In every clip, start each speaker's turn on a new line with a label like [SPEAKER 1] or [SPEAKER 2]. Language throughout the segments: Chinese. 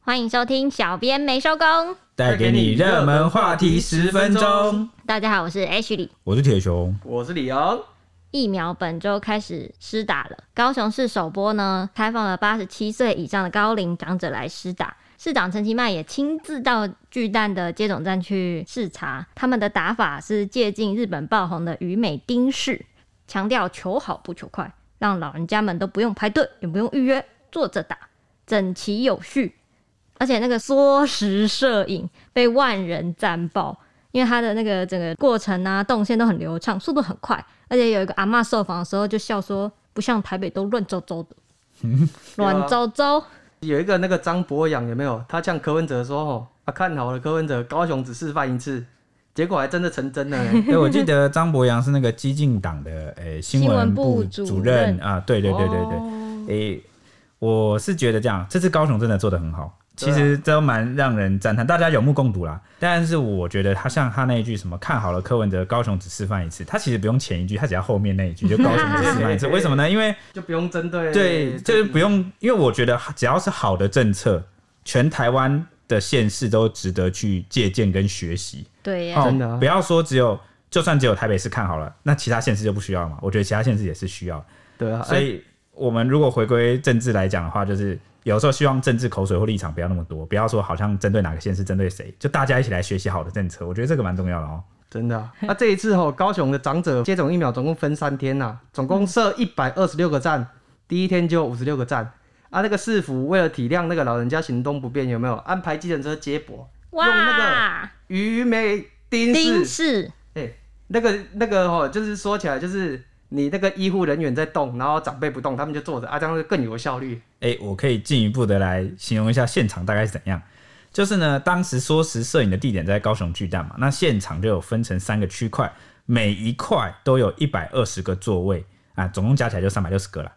[SPEAKER 1] 欢迎收听《小编没收工》。
[SPEAKER 2] 带给你热门话题十分钟。
[SPEAKER 1] 大家好，我是 H 李。
[SPEAKER 2] 我是铁熊，
[SPEAKER 3] 我是李昂，
[SPEAKER 1] 疫苗本周开始施打了，高雄市首波呢开放了八十七岁以上的高龄长者来施打。市长陈其迈也亲自到巨蛋的接种站去视察，他们的打法是借鉴日本爆红的鱼美町式，强调求好不求快，让老人家们都不用排队，也不用预约，坐着打，整齐有序。而且那个缩时摄影被万人赞爆，因为它的那个整个过程啊，动线都很流畅，速度很快，而且有一个阿嬷受访的时候就笑说，不像台北都乱糟糟的，乱糟糟。
[SPEAKER 3] 有一个那个张博洋有没有？他向柯文哲说：“哦，啊，看好了，柯文哲，高雄只示范一次， 结果还真的成真了欸。
[SPEAKER 2] 对，我记得张博洋是那个激进党的诶、 新闻部
[SPEAKER 1] 新闻部
[SPEAKER 2] 主
[SPEAKER 1] 主任
[SPEAKER 2] 任哦啊，对对对对对，诶、我是觉得这样，这次高雄真的做的很好，
[SPEAKER 3] 对
[SPEAKER 2] 其
[SPEAKER 3] 啊
[SPEAKER 2] 实都蛮让人赞叹，大家有目共睹啦。但是我觉得他像他那一句什么“看好了柯文哲，高雄只示范一次”，他其实不用前一句，他只要后面那一句，就高雄只示 范一次。为什么呢？因为
[SPEAKER 3] 就不用针对
[SPEAKER 2] 对，就是不用，因为我觉得只要是好的政策，全台湾的县市都值得去借鉴跟学习。
[SPEAKER 1] 对呀、
[SPEAKER 2] 哦
[SPEAKER 3] 真的啊
[SPEAKER 2] 不要说只有，就算只有台北市看好了，那其他县市就不需要嘛？我觉得其他县市也是需要。
[SPEAKER 3] 对啊，
[SPEAKER 2] 所以我们如果回归政治来讲的话，就是有时候希望政治口水或立场不要那么多，不要说好像针对哪个县市针对谁，就大家一起来学习好的政策，我觉得这个蛮重要的哦。
[SPEAKER 3] 真的啊，啊这一次吼、高雄的长者接种疫苗总共分三天呐、啊总共设一百二十六个站，第一天就五十六个站。啊，那个市府为了体谅那个老人家行动不便，有没有安排计程车接驳？
[SPEAKER 1] 哇，
[SPEAKER 3] 用那于美丁
[SPEAKER 1] 丁
[SPEAKER 3] 是，
[SPEAKER 1] 氏
[SPEAKER 3] 哎、那个那个吼、就是说起来就是你那个医护人员在动，然后长辈不动，他们就坐着，啊，这样就更有效率。
[SPEAKER 2] 哎、我可以进一步的来形容一下现场大概是怎样。就是呢，当时缩时摄影的地点在高雄巨蛋嘛，那现场就有分成三个区块，每一块都有一百二十个座位啊，总共加起来就三百六十个了。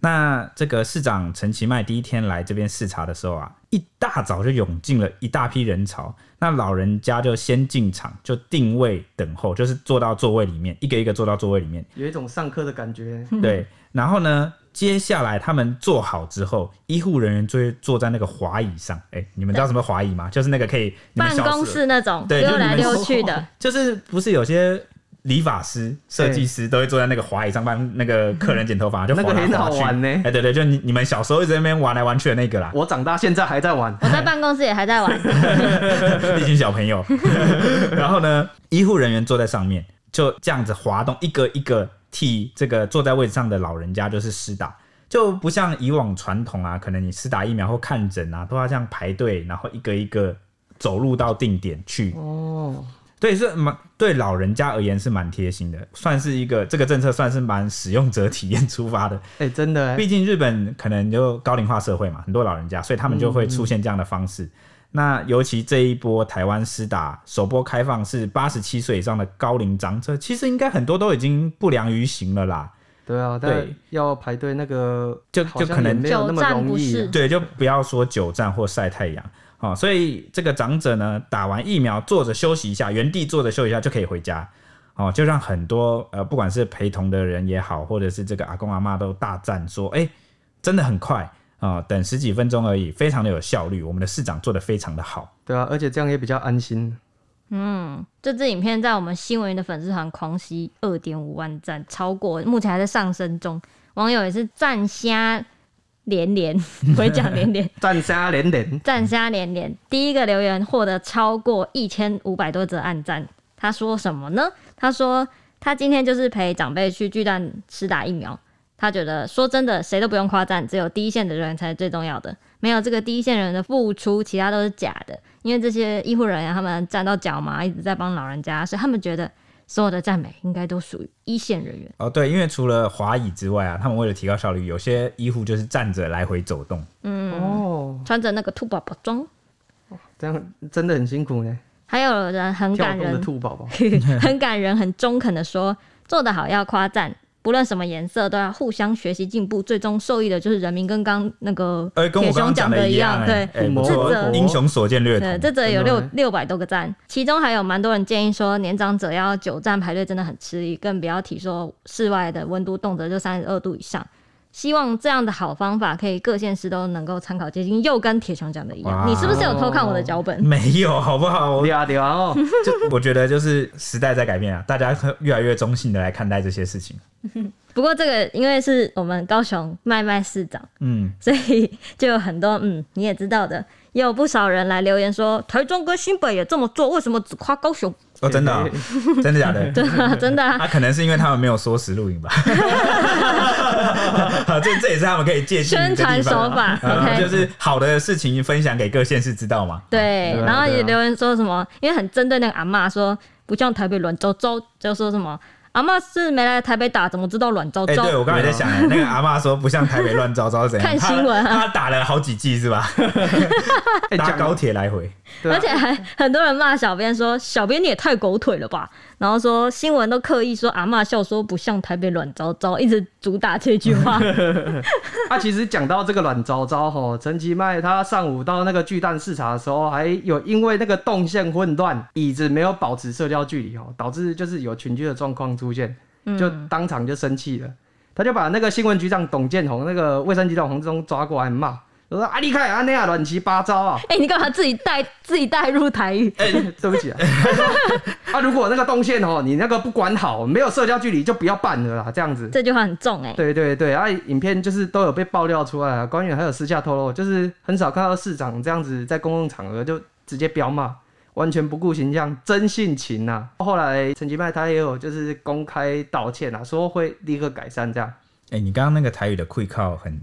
[SPEAKER 2] 那这个市长陈其迈第一天来这边视察的时候啊，一大早就涌进了一大批人潮。那老人家就先进场，就定位等候，就是坐到座位里面，一个一个坐到座位里面。
[SPEAKER 3] 有一种上课的感觉。
[SPEAKER 2] 对，然后呢，接下来他们做好之后，医护人员就会坐在那个滑椅上。哎、你们知道什么滑椅吗？就是那个可以你们
[SPEAKER 1] 办
[SPEAKER 2] 小
[SPEAKER 1] 公
[SPEAKER 2] 时
[SPEAKER 1] 室那种
[SPEAKER 2] 对
[SPEAKER 1] 溜来
[SPEAKER 2] 就你们
[SPEAKER 1] 溜去的，
[SPEAKER 2] 就是不是有些理发师、设计师都会坐在那个滑椅上帮那个客人剪头发，就
[SPEAKER 3] 嗯那个
[SPEAKER 2] 滑来
[SPEAKER 3] 很
[SPEAKER 2] 滑
[SPEAKER 3] 好
[SPEAKER 2] 去
[SPEAKER 3] 玩呢
[SPEAKER 2] 哎、对对，就你你们小时候一直在那边玩来玩去的那个啦，
[SPEAKER 3] 我长大现在还在玩，
[SPEAKER 1] 我在办公室也还在玩，
[SPEAKER 2] 一群小朋友。然后呢，医护人员坐在上面，就这样子滑动，一个一个替这个坐在位置上的老人家就是施打，就不像以往传统啊，可能你施打疫苗或看诊啊，都要这样排队，然后一个一个走路到定点去。哦，对，是蛮对老人家而言是蛮贴心的，算是一个这个政策算是蛮使用者体验出发的。
[SPEAKER 3] 哎、真的、欸，
[SPEAKER 2] 毕竟日本可能就高龄化社会嘛，很多老人家，所以他们就会出现这样的方式。那尤其这一波台湾施打首波开放是八十七岁以上的高龄长者，其实应该很多都已经不良于行了啦。
[SPEAKER 3] 对啊，但
[SPEAKER 2] 对
[SPEAKER 3] 要排队那个
[SPEAKER 2] 就
[SPEAKER 3] 好像
[SPEAKER 2] 就可能
[SPEAKER 3] 也没有那么
[SPEAKER 1] 久站不
[SPEAKER 3] 容易、
[SPEAKER 1] 是
[SPEAKER 3] 啊。
[SPEAKER 2] 对，就不要说久站或晒太阳啊、哦所以这个长者呢，打完疫苗坐着休息一下，原地坐着休息一下就可以回家。哦，就让很多呃，不管是陪同的人也好，或者是这个阿公阿妈都大赞说，哎、真的很快啊、哦等十几分钟而已，非常的有效率。我们的市长做的非常的好。
[SPEAKER 3] 对啊，而且这样也比较安心。
[SPEAKER 1] 这支影片在我们新闻云的粉丝团狂吸二点五万赞，超过目前还在上升中，网友也是赞虾连连，我会讲连连。
[SPEAKER 3] 战杀连连，
[SPEAKER 1] 赞虾啊连连，第一个留言获得超过一千五百多则暗赞。他说什么呢？他说他今天就是陪长辈去巨蛋吃打疫苗。他觉得说真的，谁都不用夸赞，只有第一线的人才是最重要的。没有这个第一线人的付出，其他都是假的。因为这些医护人员他们站到脚麻，一直在帮老人家，所以他们觉得所有的赞美应该都属于一线人员。
[SPEAKER 2] 哦，对，因为除了滑椅之外啊，他们为了提高效率，有些医护就是站着来回走动。
[SPEAKER 1] 嗯
[SPEAKER 3] 哦，
[SPEAKER 1] 穿着那个兔宝宝装，
[SPEAKER 3] 这样真的很辛苦呢。
[SPEAKER 1] 还有人很
[SPEAKER 3] 跳
[SPEAKER 1] 感
[SPEAKER 3] 动的
[SPEAKER 1] 人，
[SPEAKER 3] 兔宝宝，
[SPEAKER 1] 很感人、很中肯的说，做得好要夸赞，不论什么颜色都要互相学习进步，最终受益的就是人民。跟刚那个
[SPEAKER 2] 哎、跟我
[SPEAKER 1] 铁
[SPEAKER 2] 刚
[SPEAKER 1] 熊
[SPEAKER 2] 刚讲
[SPEAKER 1] 的
[SPEAKER 2] 的
[SPEAKER 1] 一
[SPEAKER 2] 样、
[SPEAKER 1] 对
[SPEAKER 2] 哎，。哎不
[SPEAKER 3] 这
[SPEAKER 2] 错，
[SPEAKER 1] 则
[SPEAKER 2] 英雄所见略
[SPEAKER 1] 对，
[SPEAKER 2] 同。
[SPEAKER 1] 这则有
[SPEAKER 3] 真
[SPEAKER 1] 六
[SPEAKER 3] 的欸
[SPEAKER 1] 六百多个赞，其中还有蛮多人建议说，年长者要久站排队真的很吃力，更不要提说室外的温度动辄就三十二度以上。希望这样的好方法可以各县市都能够参考接近，又跟铁雄讲的一
[SPEAKER 2] 哇
[SPEAKER 1] 样。你是不是有偷看我的脚本？
[SPEAKER 2] 没有，好不好？我
[SPEAKER 3] 对啊对啊 哦，
[SPEAKER 2] 就我觉得就是时代在改变啊，大家会越来越中性的来看待这些事情。
[SPEAKER 1] 不过这个因为是我们高雄麦麦市长，
[SPEAKER 2] 嗯，
[SPEAKER 1] 所以就有很多嗯你也知道的，也有不少人来留言说，台中跟新北也这么做，为什么只夸高雄？
[SPEAKER 2] 哦，真的啊、 真的假的？
[SPEAKER 1] 对啊，真的、 啊。
[SPEAKER 2] 啊，可能是因为他们没有缩时录影吧， 好这这也是他们可以借鉴的地方
[SPEAKER 1] 宣传手法
[SPEAKER 2] 呃
[SPEAKER 1] OK
[SPEAKER 2] 就是好的事情分享给各县市知道嘛。
[SPEAKER 1] 对，
[SPEAKER 3] 对啊
[SPEAKER 1] 然后
[SPEAKER 3] 对
[SPEAKER 1] 也
[SPEAKER 3] 啊
[SPEAKER 1] 留言说什么，因为很针对那个阿嬷说，不像台北软州州，就说什么阿嬷是没来台北打，怎么知道软州
[SPEAKER 2] 哎、
[SPEAKER 1] 州？
[SPEAKER 2] 对我刚才在想、哎，那个阿嬷说不像台北乱糟糟是怎样，
[SPEAKER 1] 啊看新闻啊
[SPEAKER 2] 她她打了好几季是吧？
[SPEAKER 3] 哎
[SPEAKER 2] 搭
[SPEAKER 3] 讲
[SPEAKER 2] 高铁来回，
[SPEAKER 3] 对啊
[SPEAKER 1] 而且还很多人骂小编说：“小编你也太狗腿了吧！”然后说新闻都刻意说阿嬷笑说不像台北软糟糟，一直主打这句话。
[SPEAKER 3] 啊，其实讲到这个软糟糟吼，陈其迈他上午到那个巨蛋视察的时候，还有因为那个动线混乱，椅子没有保持社交距离哦，导致就是有群聚的状况出现，就当场就生气了，他就把那个新闻局长董建宏、那个卫生局长洪志忠抓过来骂，我说啊，你看啊那样乱七八糟啊，
[SPEAKER 1] 哎、你干嘛自己带自己带入台语？
[SPEAKER 3] 对不起啊， 他说啊，如果那个动线哦，你那个不管好，没有社交距离就不要办了啦，这样子。
[SPEAKER 1] 这句话很重哎、
[SPEAKER 3] 对对对，啊，影片就是都有被爆料出来啊，官员还有私下透露，就是很少看到市长这样子在公共场合就直接彪骂，完全不顾形象，真性情呐、啊。后来陈其迈他也有就是公开道歉啊，说会立刻改善这样。
[SPEAKER 2] 哎、你刚刚那个台语的 quick call 很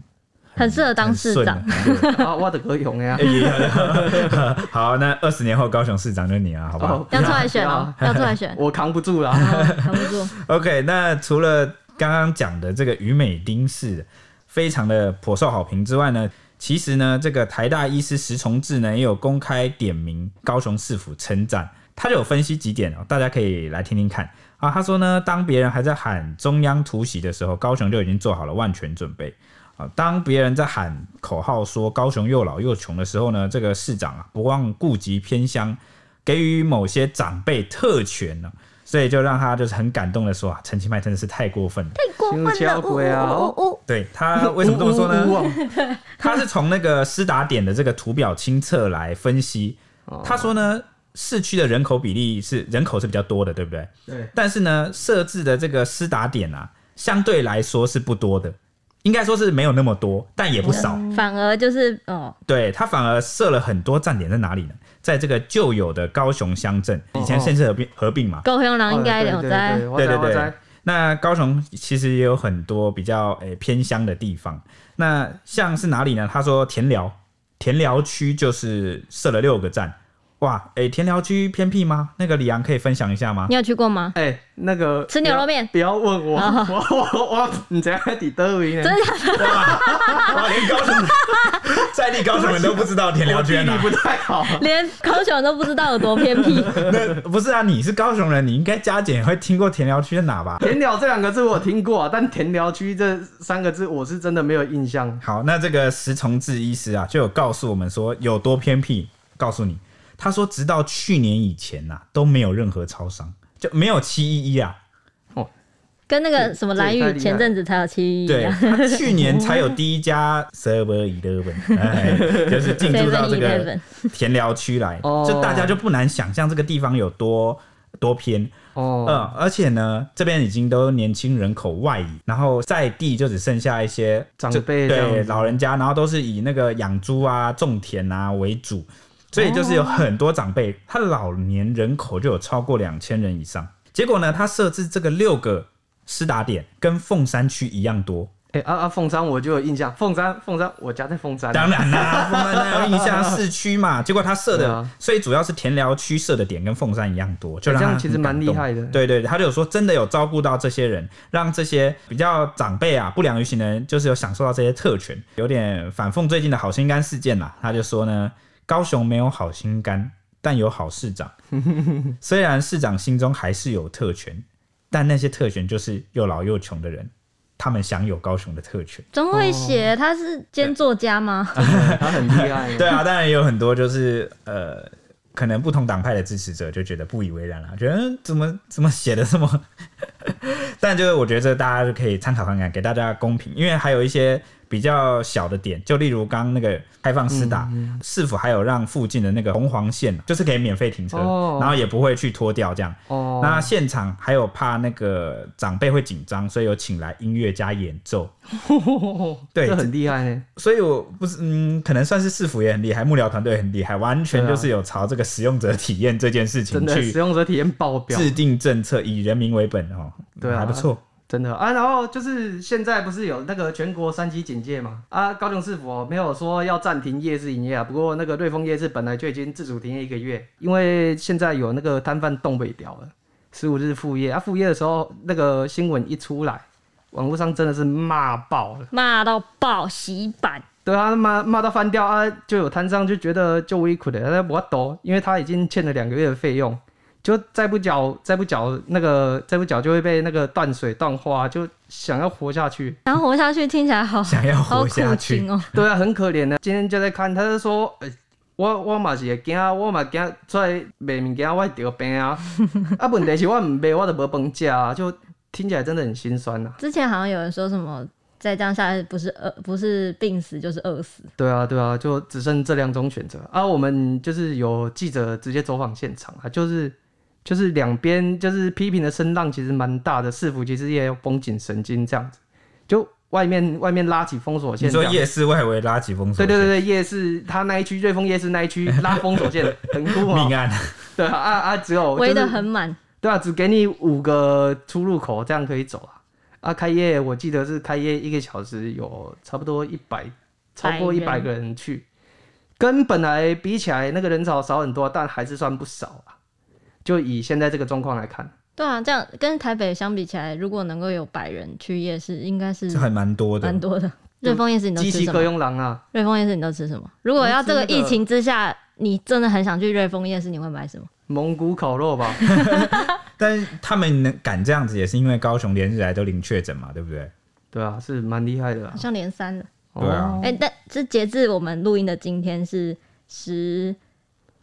[SPEAKER 1] 很适合当市长。
[SPEAKER 2] 很顺啊
[SPEAKER 3] 啊，我的歌咏呀
[SPEAKER 2] 哎，也 好，那二十年后高雄市长就你啊，好不好？
[SPEAKER 3] 哦
[SPEAKER 1] 要出来选哦、要出来选，
[SPEAKER 3] 我扛不住啦。
[SPEAKER 1] 扛不住。
[SPEAKER 2] OK，那除了刚刚讲的这个于美丁氏非常的颇受好评之外呢，其实呢，这个台大医师石崇志呢也有公开点名高雄市府称赞，他就有分析几点哦，大家可以来听听看啊。他说呢，当别人还在喊中央突袭的时候，高雄就已经做好了万全准备。啊，当别人在喊口号说高雄又老又穷的时候呢，这个市长啊不忘顾及偏乡，给予某些长辈特权呢、所以就让他就是很感动的说啊，陈其迈真的是太过分 了。
[SPEAKER 1] 太过分
[SPEAKER 3] 新闻
[SPEAKER 1] 了！
[SPEAKER 3] 敲鬼啊
[SPEAKER 1] 呜呜呜呜！
[SPEAKER 2] 对他为什么这么说
[SPEAKER 3] 呜呜
[SPEAKER 2] 呢？
[SPEAKER 3] 呜啊
[SPEAKER 2] 他是从那个施打点的这个图表清册来分析，
[SPEAKER 3] 哦
[SPEAKER 2] 他说呢，市区的人口比例是人口是比较多的，对不对？
[SPEAKER 3] 对，
[SPEAKER 2] 但是呢，设置的这个施打点啊，相对来说是不多的，应该说是没有那么多，但也不少。
[SPEAKER 3] 嗯
[SPEAKER 1] 反而就是哦，
[SPEAKER 2] 对他反而设了很多站点在哪里呢？在这个旧有的高雄乡镇，以前县市合并合并嘛，
[SPEAKER 1] 高雄人应该有
[SPEAKER 3] 哦
[SPEAKER 1] 在
[SPEAKER 2] 对对
[SPEAKER 3] 对对对我知道我知道
[SPEAKER 2] 对那高雄其实也有很多比较诶、偏乡的地方，那像是哪里呢？他说田寮，田寮区就是设了六个站，哇，诶、田寮区偏僻吗？那个李昂可以分享一下吗
[SPEAKER 1] 你？有去过吗？
[SPEAKER 3] 哎、那个
[SPEAKER 1] 吃牛肉面
[SPEAKER 3] 不要不要问 我，我我我， 你怎样抵得位呢？
[SPEAKER 1] 真的
[SPEAKER 2] 哇，连高雄在地高雄人都不知道田寮
[SPEAKER 3] 我
[SPEAKER 2] 区
[SPEAKER 3] 地
[SPEAKER 2] 在
[SPEAKER 3] 理
[SPEAKER 2] 哪
[SPEAKER 3] 不，太好。
[SPEAKER 1] 连高雄人都不知道有多偏僻。
[SPEAKER 2] 那不是啊？你是高雄人，你应该加减也会听过田寮区在哪吧？
[SPEAKER 3] 田寮这两个字我听过啊，但田寮区这三个字我是真的没有印象。
[SPEAKER 2] 好，那这个石崇志医师啊，就有告诉我们说有多偏僻。告诉你，他说直到去年以前呐、啊都没有任何超商，就没有七一一啊。
[SPEAKER 1] 跟那个什么蓝
[SPEAKER 3] 这也太
[SPEAKER 1] 宇
[SPEAKER 3] 厉害
[SPEAKER 1] 前阵子才有七一一啊
[SPEAKER 2] 对，
[SPEAKER 1] 样，
[SPEAKER 2] 他去年才有第一家 Server Eleven，哎，就是 进驻到这
[SPEAKER 1] 7-Eleven
[SPEAKER 2] 个田寮区来，
[SPEAKER 3] 哦
[SPEAKER 2] 就大家就不难想象这个地方有多多偏。嗯、
[SPEAKER 3] 哦，
[SPEAKER 2] 而且呢，这边已经都年轻人口外移，然后在地就只剩下一些
[SPEAKER 3] 长
[SPEAKER 2] 就
[SPEAKER 3] 辈这样
[SPEAKER 2] 对
[SPEAKER 3] 子
[SPEAKER 2] 老人家，然后都是以那个养猪啊、种田啊为主，所以就是有很多长辈，他老年人口就有超过两千人以上。结果呢，他设置这个六个施打点，跟凤山区一样多。
[SPEAKER 3] 哎、啊啊，凤山我就有印象，凤山凤山，我家在凤山。
[SPEAKER 2] 当然啦，凤山要印象市区嘛。结果他设
[SPEAKER 3] 对
[SPEAKER 2] 的，
[SPEAKER 3] 啊哎
[SPEAKER 2] 所以主要是田寮区设的点跟凤山一样多，就让
[SPEAKER 3] 这
[SPEAKER 2] 他
[SPEAKER 3] 样其实
[SPEAKER 2] 很感
[SPEAKER 3] 蛮厉
[SPEAKER 2] 动
[SPEAKER 3] 害的
[SPEAKER 2] 对对，对他就有说真的有照顾到这些人，让这些比较长辈啊、不良于行的人，就是有享受到这些特权，有点反讽最近的好心肝事件啦。啊他就说呢，高雄没有好心肝，但有好市 长。虽然市长心中还是有特权，但那些特权就是又老又穷的人，他们享有高雄的特权。
[SPEAKER 1] 钟慧写他是兼作家吗？
[SPEAKER 3] 他很厉害。
[SPEAKER 2] 对啊，当然也有很多就是呃，可能不同党派的支持者就觉得不以为然了、觉得嗯怎么怎么写的这么 但就是我觉得这大家就可以参考看看，给大家公平，因为还有一些比较小的点，就例如刚刚那个开放施打，
[SPEAKER 3] 嗯
[SPEAKER 2] 是否还有让附近的那个红黄线，啊就是可以免费停车，
[SPEAKER 3] 哦
[SPEAKER 2] 然后也不会去拖掉这样。
[SPEAKER 3] 哦，
[SPEAKER 2] 那现场还有怕那个长辈会紧张，所以有请来音乐家演奏。对
[SPEAKER 3] 这很厉害呢。
[SPEAKER 2] 所以我不是嗯，可能算是市府也很厉害，幕僚团队很厉害，完全
[SPEAKER 3] 对啊
[SPEAKER 2] 就是有朝这个使用者体验这件事情
[SPEAKER 3] 真的，使
[SPEAKER 2] 去
[SPEAKER 3] 用者体验爆表，
[SPEAKER 2] 制定政策，以人民为本哦，
[SPEAKER 3] 对啊
[SPEAKER 2] 还不错。
[SPEAKER 3] 真的啊。然后就是现在不是有那个全国三级警戒嘛？啊，高雄市府、哦、没有说要暂停夜市营业啊，不过那个瑞丰夜市本来就已经自主停业一个月，因为现在有那个摊贩东北掉了，十五日复业啊。复业的时候，那个新闻一出来，网络上真的是骂爆了。
[SPEAKER 1] 骂到爆洗版，
[SPEAKER 3] 对啊，骂骂到翻掉啊，就有摊商就觉得就微苦的，他我抖，因为他已经欠了两个月的费用，就再不缴再不缴那个再不缴就会被那个断水断花，就想要活下去。
[SPEAKER 1] 然后活下去听起来好
[SPEAKER 2] 想要
[SPEAKER 1] 好
[SPEAKER 2] 活
[SPEAKER 1] 苦
[SPEAKER 2] 下去
[SPEAKER 1] 情哦、
[SPEAKER 3] 对啊，很可怜的。今天就在看，他就说，呃、我我嘛是会惊，啊我嘛惊出来卖物件，我会得病啊。啊，问题是我毋卖，我就无饭食啊，就听起来真的很心酸呐、啊
[SPEAKER 1] 之前好像有人说什么，再这样下去不是饿，不是病死就是饿死。
[SPEAKER 3] 对啊，对啊，就只剩这两种选择啊。我们就是有记者直接走访现场啊，就是就是两边就是批评的声浪其实蛮大的，市府其实也有绷紧神经这样子，就外面外面拉起封锁
[SPEAKER 2] 你
[SPEAKER 3] 线这
[SPEAKER 2] 说
[SPEAKER 3] 样。
[SPEAKER 2] 夜市外围拉起封锁
[SPEAKER 3] 对
[SPEAKER 2] 线，
[SPEAKER 3] 对对对，夜市他那一区瑞丰夜市那一区拉封锁线，很 酷啊、
[SPEAKER 2] 命案
[SPEAKER 3] 对啊啊啊，只有
[SPEAKER 1] 围得
[SPEAKER 3] 就是
[SPEAKER 1] 很满，
[SPEAKER 3] 对啊，只给你五个出入口，这样可以走啊。啊，开业我记得是开业一个小时有差不多一百，超过一百
[SPEAKER 1] 百人
[SPEAKER 3] 个人去，跟本来比起来那个人潮少很多，啊但还是算不少啊。就以现在这个状况来看，
[SPEAKER 1] 对啊，这样跟台北相比起来，如果能够有百人去夜市，应该是
[SPEAKER 2] 是还蛮多的
[SPEAKER 1] 蛮。多的。瑞丰夜市你都
[SPEAKER 3] 机
[SPEAKER 1] 吃
[SPEAKER 3] 器
[SPEAKER 1] 什
[SPEAKER 3] 各
[SPEAKER 1] 么？
[SPEAKER 3] 用狼啊，
[SPEAKER 1] 瑞丰夜市你都吃什么？如果要这个
[SPEAKER 3] 我吃那
[SPEAKER 1] 疫
[SPEAKER 3] 个
[SPEAKER 1] 情之下，你真的很想去瑞丰夜市，你会买什
[SPEAKER 3] 哦
[SPEAKER 1] 么？
[SPEAKER 3] 蒙古烤肉吧，
[SPEAKER 2] 但是他们能敢这样子，也是因为高雄连日来都零确诊嘛，对不对？
[SPEAKER 3] 对啊，是蛮厉害的啊
[SPEAKER 1] 好。像连三了。
[SPEAKER 2] 对啊
[SPEAKER 3] 哦
[SPEAKER 1] 哎、但是截至我们录音的今天是十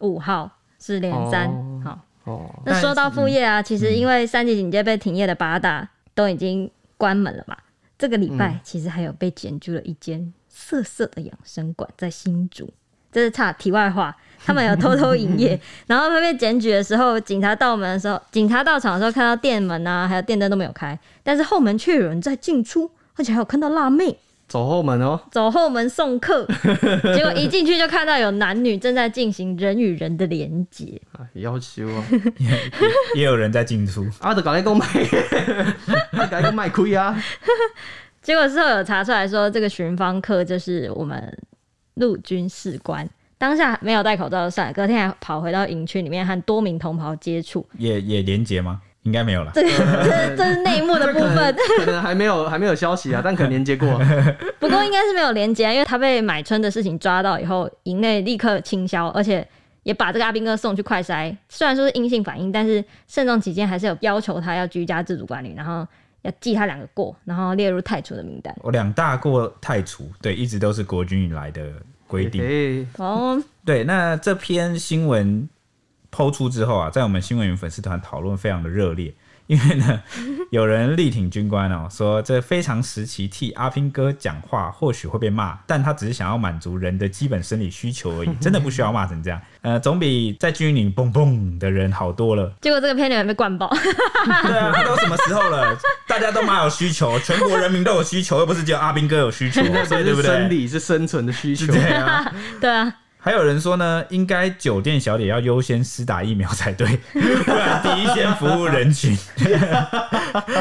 [SPEAKER 1] 五号，是连三。
[SPEAKER 3] 哦
[SPEAKER 1] 好，
[SPEAKER 3] 哦，
[SPEAKER 1] 那
[SPEAKER 2] 但
[SPEAKER 1] 说
[SPEAKER 2] 是
[SPEAKER 1] 到副业啊，其实因为三级警戒被停业的八大都已经关门了嘛，这个礼拜其实还有被检举了一间色色的养生馆在新竹，这是差题外话，他们有偷偷营业，然后他们被检举的时候，警察到门的时候，警察到场的时候看到店门啊，还有电灯都没有开，但是后门却有人在进出，而且还有看到辣妹。
[SPEAKER 3] 走后门哦，
[SPEAKER 1] 走后门送客，结果一进去就看到有男女正在进行人与人的连接，
[SPEAKER 3] 哎要求啊，
[SPEAKER 2] 也有人在进出，
[SPEAKER 3] 啊，就搞来讲卖， 啊，搞来讲卖亏啊，
[SPEAKER 1] 结果事后有查出来说，这个巡防客就是我们陆军士官，当下没有戴口罩就算了，隔天还跑回到营区里面和多名同袍接触，
[SPEAKER 2] 也也连结吗？应该没有了。
[SPEAKER 1] 这个这这是内幕的部分。
[SPEAKER 3] 可能还没有还没有消息啊，但可能连接过啊。
[SPEAKER 1] 不过应该是没有连接啊，因为他被买春的事情抓到以后，营内立刻清消，而且也把这个阿兵哥送去快筛。虽然说是阴性反应，但是慎重期间还是有要求他要居家自主管理，然后要记他两个过，然后列入太除的名单。
[SPEAKER 2] 我两大过太除，对，一直都是国军以来的规定。
[SPEAKER 3] 哎
[SPEAKER 1] 哦，
[SPEAKER 2] 对，那这篇新闻抛出之后啊，在我们新闻云粉丝团讨论非常的热烈，因为呢， 有人力挺军官哦，说这非常时期替阿兵哥讲话，或许会被骂，但他只是想要满足人的基本生理需求 而已，真的不需要骂成这样。呃，总比在军营里蹦蹦的人好多 了。
[SPEAKER 1] 结果这个片段被灌爆。
[SPEAKER 2] 对啊，那都什么时候了？大家都蛮有需求，全国人民都有需求，又不是只有阿兵哥有需 求，所 以对
[SPEAKER 3] 是
[SPEAKER 2] 不对？
[SPEAKER 3] 生理是生存的需
[SPEAKER 2] 是
[SPEAKER 3] 求
[SPEAKER 2] 这，样啊。
[SPEAKER 1] 对啊，
[SPEAKER 2] 还有人说呢，应该酒店小姐要优先施打疫苗 才对，不然第一先服务人群。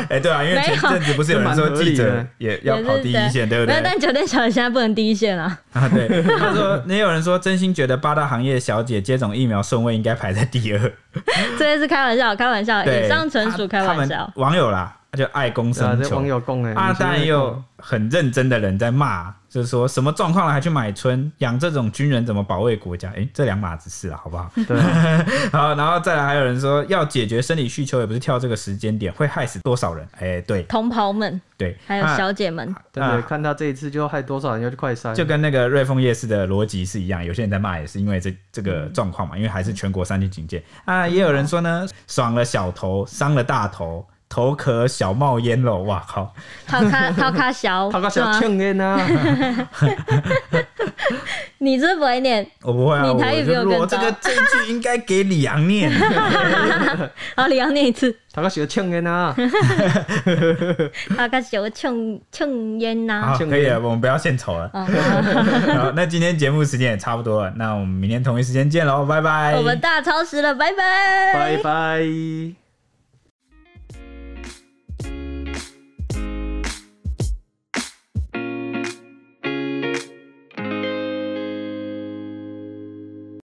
[SPEAKER 2] 哎、对啊，因为前阵子不是有人说记者也要跑第一线，对不
[SPEAKER 1] 没有，
[SPEAKER 2] 对？
[SPEAKER 1] 但酒店小姐现在不能第一线啊。
[SPEAKER 2] 啊，对。他说，也有人说，真心觉得八大行业小姐接种疫苗顺位应该排在第 二。
[SPEAKER 1] 这些是开玩笑，开玩笑，
[SPEAKER 2] 对，
[SPEAKER 1] 以上纯属开
[SPEAKER 2] 他
[SPEAKER 1] 玩
[SPEAKER 2] 们
[SPEAKER 1] 笑。
[SPEAKER 2] 网友啦，就爱公
[SPEAKER 3] 是啊，
[SPEAKER 2] 生
[SPEAKER 3] 这网
[SPEAKER 2] 求。
[SPEAKER 3] 友供哎，
[SPEAKER 2] 阿
[SPEAKER 3] 你现在
[SPEAKER 2] 蛋也有很认真的人在骂，就是说什么状况了还去买春，养这种军人怎么保卫国家？哎、这两码子事啊，好不好？
[SPEAKER 3] 对啊，
[SPEAKER 2] 好，然后再来还有人说要解决生理需求，也不是跳这个时间点，会害死多少人？哎、对
[SPEAKER 1] 同袍们，
[SPEAKER 2] 对，
[SPEAKER 1] 还有
[SPEAKER 2] 那
[SPEAKER 1] 小姐们，
[SPEAKER 3] 真的
[SPEAKER 2] 啊
[SPEAKER 3] 看他这一次就害多少人要去快筛，
[SPEAKER 2] 就跟那个瑞丰夜市的逻辑是一样，有些人在骂也是因为这这个
[SPEAKER 1] 嗯
[SPEAKER 2] 状
[SPEAKER 1] 嗯
[SPEAKER 2] 况嘛，因为还是全国三级警戒啊。也有人说呢，爽了小头，伤了大头，头壳小冒烟了，哇靠！
[SPEAKER 1] 掏卡掏卡小，
[SPEAKER 3] 他个
[SPEAKER 1] 是
[SPEAKER 3] 小
[SPEAKER 1] 吗
[SPEAKER 3] 庆烟啊，
[SPEAKER 1] 你是不是不会念，
[SPEAKER 2] 我不会啊，
[SPEAKER 1] 你
[SPEAKER 2] 我
[SPEAKER 1] 台语比
[SPEAKER 2] 就
[SPEAKER 1] 我
[SPEAKER 2] 如果
[SPEAKER 1] 更
[SPEAKER 2] 这个
[SPEAKER 1] 糟
[SPEAKER 2] 这一句应该给李 阳念，
[SPEAKER 1] 然后你要哦念一次，
[SPEAKER 3] 他个小庆烟 啊，
[SPEAKER 1] 掏卡小呛呛烟呐
[SPEAKER 2] 好，。可以了，我们不要献丑了。
[SPEAKER 1] 嗯好
[SPEAKER 2] 好，那今天节目时间也差不多了，哎那我们明天同一时间见喽，拜拜。
[SPEAKER 1] 我们大超时了，拜拜，
[SPEAKER 3] 拜拜。